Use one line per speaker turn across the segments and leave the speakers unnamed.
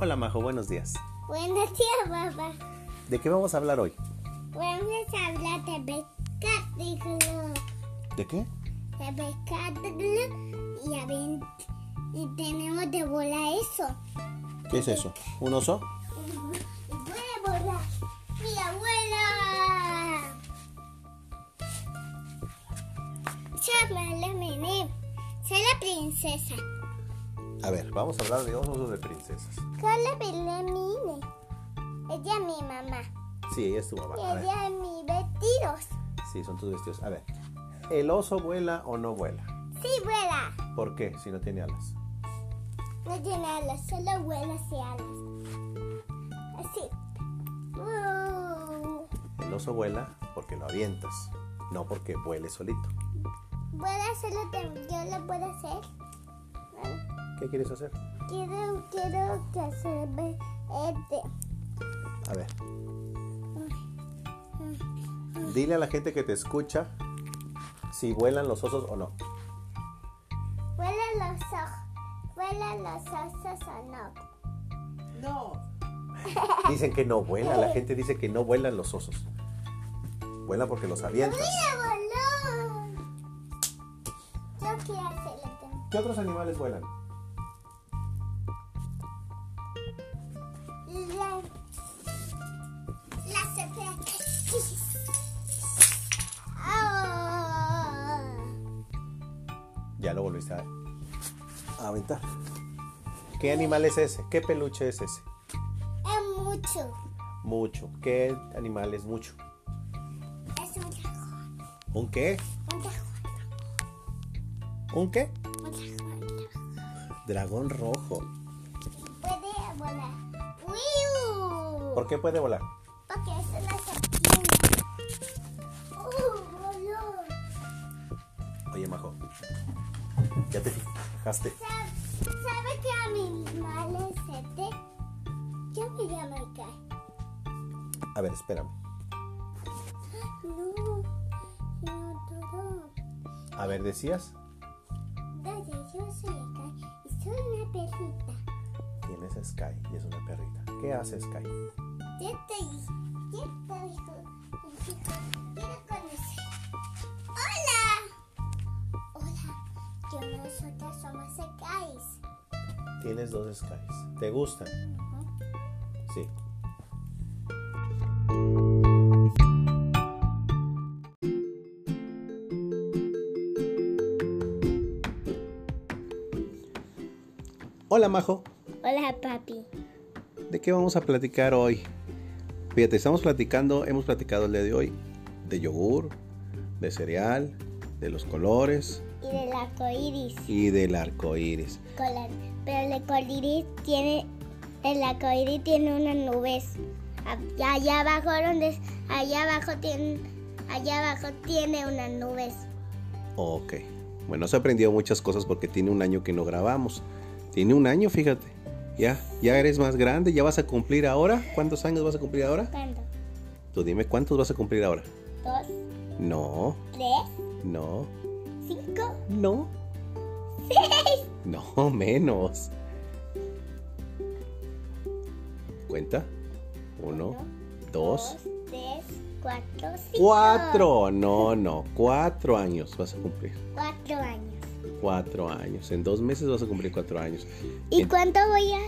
Hola Majo, buenos días.
Buenos días, papá.
¿De qué vamos a hablar hoy?
Vamos a hablar de pescado,
¿De qué?
de pescado y, a ver, y tenemos de volar eso.
¿Qué es eso? ¿Un oso?
Y puede volar. ¡Mi abuela! Chamala Menem, soy la princesa.
A ver, vamos a hablar de osos o de princesas.
Carla Belemine. Ella es mi mamá.
Sí, ella es tu mamá.
Y
A ver.
ella es mi vestidos.
Sí, son tus vestidos. A ver, ¿el oso vuela o no vuela?
Sí, vuela.
¿Por qué? Si no tiene alas.
No tiene alas, solo vuela hacia alas. Así. Uh,
El oso vuela porque lo avientas, no porque vuele solito.
Puedo hacerlo también, yo lo puedo hacer. Ah,
¿Qué quieres hacer?
Quiero, quiero que hacerme este.
A ver. Dile a la gente que te escucha si vuelan los osos o no.
Vuela los ojos. Vuela los ojos o no.
Dicen que no vuela, la gente dice que no vuelan los osos. Vuela porque los avientas.
¡Mira, voló! Yo quiero hacerlo también.
¿Qué otros animales vuelan?
La, la cepilla. Ah.
Ya lo volviste a, a aventar. ¿Qué animal es ese? ¿Qué peluche es ese?
Es mucho.
Mucho. ¿Qué animal es mucho?
Es un dragón.
¿Un qué?
Un dragón.
¿Un qué?
Un dragón. un dragón.
Dragón rojo.
Puede volar. ¡Wiu!
¿Por qué puede volar?
Porque es una serpiente. ¡Uh! Voló.
Oye, Majo. Ya te fijaste.
¿Sabe, sabe qué animal es este? Yo me llamo Kai.
A ver, espérame.
No. No, todo.
A ver, decías,
Vaya, yo soy Kai y soy una perrita.
tienes a Sky y es una perrita. ¿Qué hace Sky?
Yo estoy. Yo estoy. con- Quiero conocer. ¡Hola! Hola. Yo nosotras somos secáis.
Tienes dos Skys. ¿Te gustan? Sí. Hola, Majo.
Hola, papi.
¿De qué vamos a platicar hoy? Fíjate, estamos platicando, hemos platicado el día de hoy de yogur, de cereal, de los colores
Y del arcoiris.
y del arco iris.
Colan. Pero el arcoiris tiene. El arcoiris tiene unas nubes. A- Allá abajo donde. Allá abajo tiene. Allá abajo tiene unas nubes.
Ok. Bueno, se aprendió muchas cosas porque tiene un año que no grabamos. Tiene un año, fíjate. Ya, ya eres más grande, ya vas a cumplir ahora. ¿Cuántos años vas a cumplir ahora?
¿Cuándo?
Tú dime cuántos vas a cumplir ahora.
¿Dos?
No,
¿Tres?
no,
¿Cinco?
no. No, menos. Cuenta. Uno, dos,
tres, cuatro, cinco.
cuatro. No, no, cuatro años vas a cumplir.
Cuatro años.
Cuatro años. En dos meses vas a cumplir cuatro años.
¿Y
En-
cuánto voy a,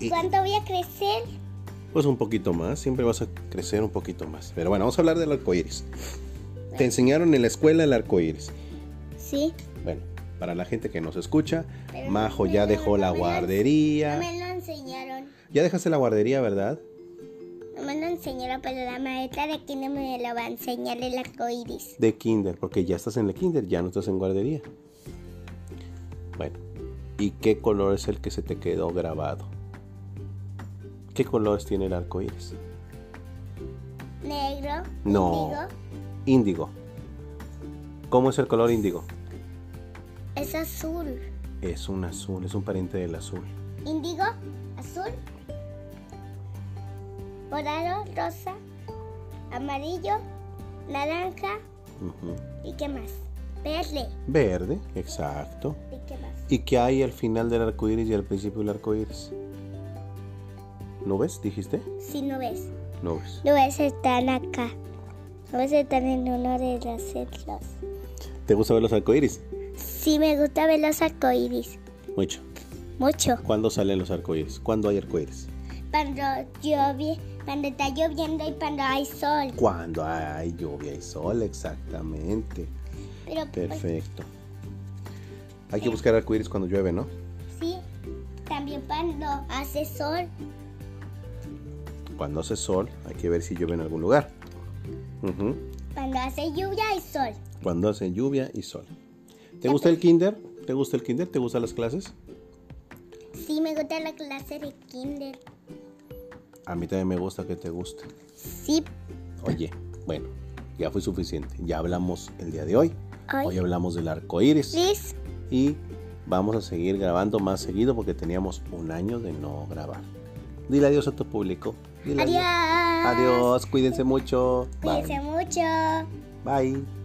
y
Y-
cuánto voy a crecer?
Pues un poquito más, siempre vas a crecer un poquito más. Pero bueno, vamos a hablar del arco iris. Te enseñaron en la escuela el arco iris.
Sí.
Bueno, para la gente que nos escucha,
Pero
Majo
no me
ya
lo-
dejó
no
la
me lo- No
guardería.
me lo enseñaron.
Ya dejaste la guardería, ¿verdad?
No me lo enseñaron, pero la maestra de aquí no me lo va a enseñar el arco iris.
De kinder, porque ya estás en la kinder, ya no estás en guardería. Bueno, ¿y qué color es el que se te quedó grabado? ¿Qué colores tiene el arco iris?
Negro.
No.
índigo.
Índigo. ¿Cómo es el color índigo?
Es azul.
Es un azul, es un pariente del azul.
Índigo. Azul. Morado. Rosa. Amarillo. Naranja.
Ujú.
¿Y qué más? Verde.
Verde, exacto.
¿Y qué más?
¿Y qué hay al final del arco iris y al principio del arco iris? ¿Nubes dijiste?
Sí, nubes.
Nubes.
Nubes están acá. Nubes están en uno de las celdas.
¿Te gusta ver los arcoíris?
Sí, me gusta ver los arcoíris.
Mucho.
Mucho.
¿Cuándo salen los arcoíris? ¿Cuándo hay arcoíris?
Cuando llueve, cuando está lloviendo y cuando hay sol.
Cuando hay lluvia y sol, exactamente.
Pero pues,
Perfecto. Hay que buscar arcoíris cuando llueve, ¿no?
sí, también cuando hace sol.
Cuando hace sol, hay que ver si llueve en algún lugar. Ujú.
Cuando hace lluvia hay sol.
Cuando hace lluvia y sol. ¿Te gusta el kinder? ¿Te gusta el kinder? ¿Te gustan las clases?
Sí, me gusta la clase de kinder.
A mí también me gusta que te guste.
Sí,
Oye, bueno, ya fue suficiente. Ya hablamos el día de hoy.
Ay.
Hoy hablamos del arco iris.
Liz.
Y vamos a seguir grabando más seguido porque teníamos un año de no grabar. Dile adiós a tu público. Dile
Adiós.
Adiós. Cuídense mucho. Bye.
Cuídense mucho.
Bye.